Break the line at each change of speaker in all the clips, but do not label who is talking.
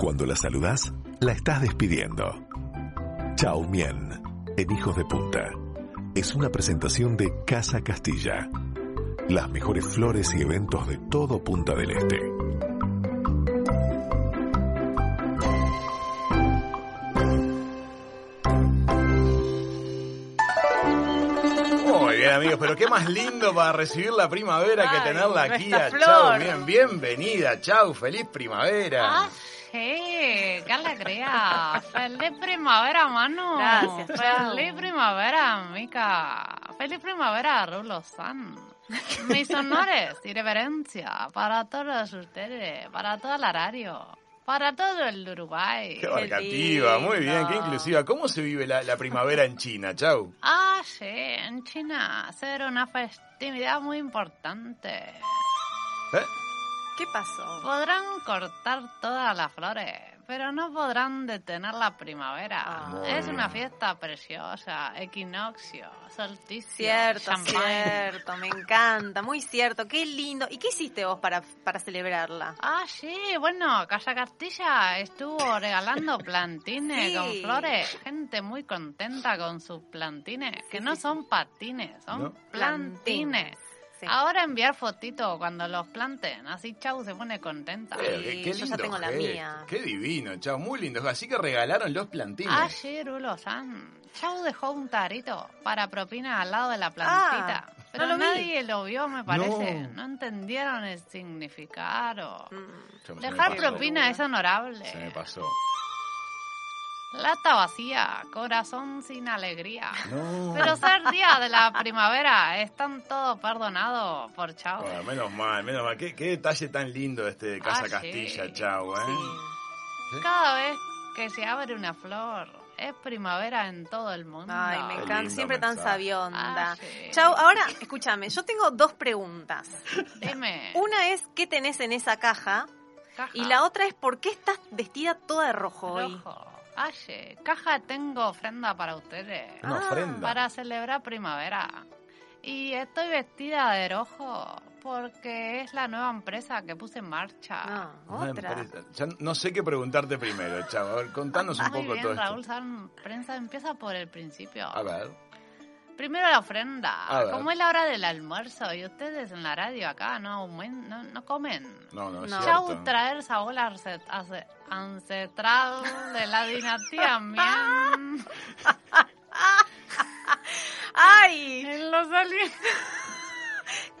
cuando la saludas, la estás despidiendo. Chao Mien, en Hijos de Punta, es una presentación de Casa Castilla. Las mejores flores y eventos de todo Punta del Este.
Muy bien, amigos, pero qué más lindo para recibir la primavera que
Ay,
tenerla aquí
nuestra
a
flor.
Chau. Bien, bienvenida, Chau, feliz primavera.
Ah, sí, qué alegría. Feliz primavera, mano.
Gracias, chao.
Feliz primavera, amiga. Feliz primavera, Rulo San. Mis honores y reverencia para todos ustedes, para todo el horario, para todo el Uruguay.
Qué abarcativa, muy bien, qué
lindo.
inclusiva. ¿Cómo se vive la, la primavera en China, Chau?
Ah, sí, en China será una festividad muy importante.
¿Eh?
¿Qué pasó?
Podrán cortar todas las flores, pero no podrán detener la primavera.
Ah.
Es una fiesta preciosa, equinoccio, solsticio,
Cierto,
champán.
cierto, me encanta, muy cierto, qué lindo. ¿Y qué hiciste vos para, para celebrarla?
Ah, sí, bueno, Casa Castilla estuvo regalando plantines
Sí.
con flores. Gente muy contenta con sus plantines, que
Sí,
no
sí,
son patines, son
No.
plantines.
Sí.
Ahora enviar fotito cuando los planten, así Chau se pone contenta.
Eh,
yo ya tengo la mía.
Qué divino, Chau, muy lindo. Así que regalaron los plantines.
Ayer Ulo Ah, San, Chau dejó un tarito para propina al lado de la plantita.
Ah,
pero
no lo vi.
nadie lo vio, me parece.
No.
No, entendieron el significado.
Mm,
Chau, se me
Dejar
pasó,
propina es honorable.
Se me pasó.
Lata vacía, corazón sin alegría.
No.
Pero ser día de la primavera, están todo perdonado por Chau.
Bueno, menos mal, menos mal. Qué, qué detalle tan lindo este de Casa
Ah, sí.
Castilla, Chau, ¿eh?
sí.
Cada vez que se abre una flor, es primavera en todo el mundo.
Ay, me
Qué
encanta,
lindo
siempre tan
mensaje.
sabionda.
Ah, sí.
Chau, ahora escúchame, yo tengo dos preguntas.
Dime,
Una es qué tenés en esa caja
caja.
y la otra es por qué estás vestida toda de Ah. rojo hoy.
Rojo. Aye, caja tengo ofrenda para ustedes.
Una
Ah,
ofrenda.
Para celebrar primavera. Y estoy vestida de rojo porque es la nueva empresa que puse en marcha.
No,
Una
otra.
empresa- Ya no sé qué preguntarte primero, Chau. A ver, contanos un
Muy
poco
bien,
todo esto.
Raúl San, prensa empieza por el principio.
A ver.
Primero la ofrenda.
A ver.
Como es la hora del almuerzo y ustedes en la radio acá no, aumen- no, no comen.
No, no, es
No.
Chau,
cierto.
traer sabor arce- ace- ancestral de la dinastía Mian.
¡Ay!
En los alien-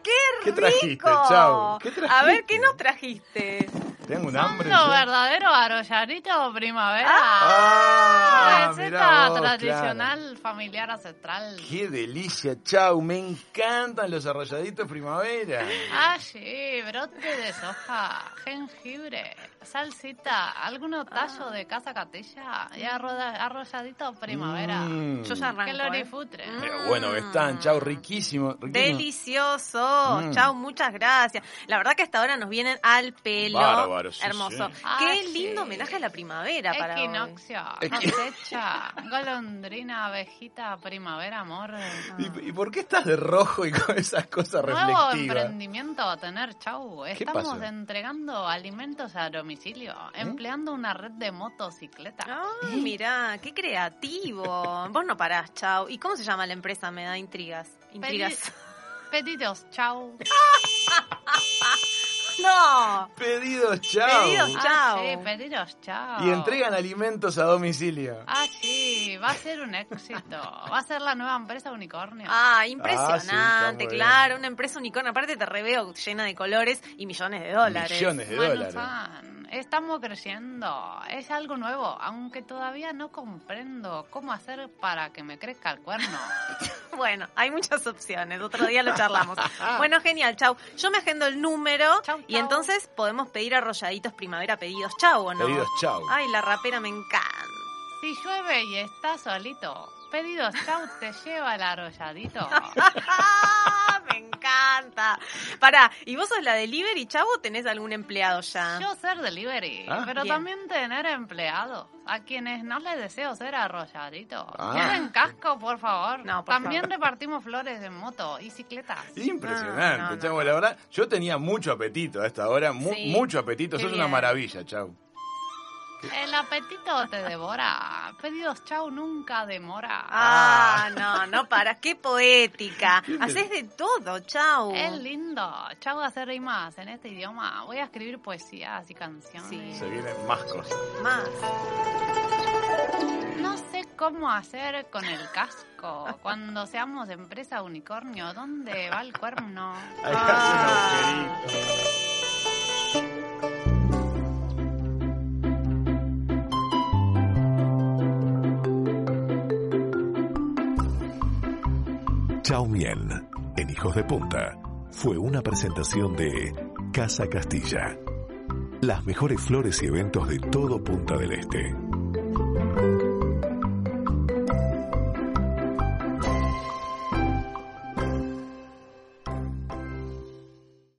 ¿Qué
¡Rico!
trajiste, Chau? ¿Qué trajiste?
A ver, ¿qué nos trajiste?
Tengo un hambre.
Fondo
yo.
verdadero arrollarito primavera.
Ah,
Receta
mirá vos,
tradicional
claro.
familiar ancestral.
Qué delicia, Chau. Me encantan los arrolladitos primavera.
Ah, sí, brote de soja, jengibre, salsita, algunos tallos de casa catilla y arroda- arrolladito primavera.
Mm.
Yo ya arranco.
Qué
¿eh?
lorifutre.
Pero bueno que están, Chau. Riquísimo. riquísimo.
Delicioso.
Mm.
Chau, muchas gracias. La verdad que hasta ahora nos vienen al pelo.
Bárbaro, sí,
Hermoso.
sí.
Ah,
Qué
sí.
lindo homenaje a la primavera para hoy.
Equinoccio,
Equi-
cosecha, golondrina, abejita, primavera, amor.
¿Y, y por qué estás de rojo y con esas cosas
Nuevo
reflexivas?
emprendimiento a tener, Chau. Estamos
pasó?
entregando alimentos a domicilio,
¿Eh?
empleando una red de motocicletas.
Ay, mirá, qué creativo. Vos no parás, chau. ¿Y cómo se llama la empresa? Me da intrigas. Intrigas.
Pedidos, Chau. Ah,
No.
Pedidos, Chau.
Pedidos,
Ah,
Chau.
sí, pedidos, Chau.
Y entregan alimentos a domicilio.
Ah, sí, va a ser un éxito. Va a ser la nueva empresa unicornio.
está
Ah,
muy
impresionante,
bien.
claro. Una empresa unicornio. Aparte te reveo llena de colores y millones de dólares.
Millones de
Manu
dólares.
Fan, estamos creciendo. Es algo nuevo, aunque todavía no comprendo cómo hacer para que me crezca el cuerno.
Bueno, hay muchas opciones. Otro día lo charlamos. Bueno, genial, chau. Yo me agendo el número
Chau, chau.
y entonces podemos pedir arrolladitos primavera pedidos. Chau, ¿o no?
Pedidos, Chau.
Ay, la rapera me encanta.
Si llueve y estás solito, pedidos chau te lleva el arrolladito.
me encanta. Pará, ¿y vos sos la delivery, chau, o tenés algún empleado ya?
Yo ser delivery,
Ah,
pero
bien.
también tener empleados a quienes no les deseo ser arrolladitos.
Ah.
Tienen casco, por favor.
No, por
también
favor.
repartimos flores en moto y cicletas.
Impresionante,
Ah, No, no, no,
Chau. La verdad, yo tenía mucho apetito a esta hora, mu-
Sí.
mucho apetito.
Qué
Eso es una
bien.
maravilla, Chau.
El apetito te devora. Pedidos chau nunca demora.
Ah, no, no paras. Qué poética. Haces de todo, chau.
Es lindo. Chau hacer rimas en este idioma. Voy a escribir poesías y canciones.
Se vienen más cosas.
Más.
No sé cómo hacer con el casco. Cuando seamos empresa unicornio, ¿dónde va el cuerno?
Ahí hace un
Ah.
agujerito.
Chao Mien, en Hijos de Punta, fue una presentación de Casa Castilla. Las mejores flores y eventos de todo Punta del Este.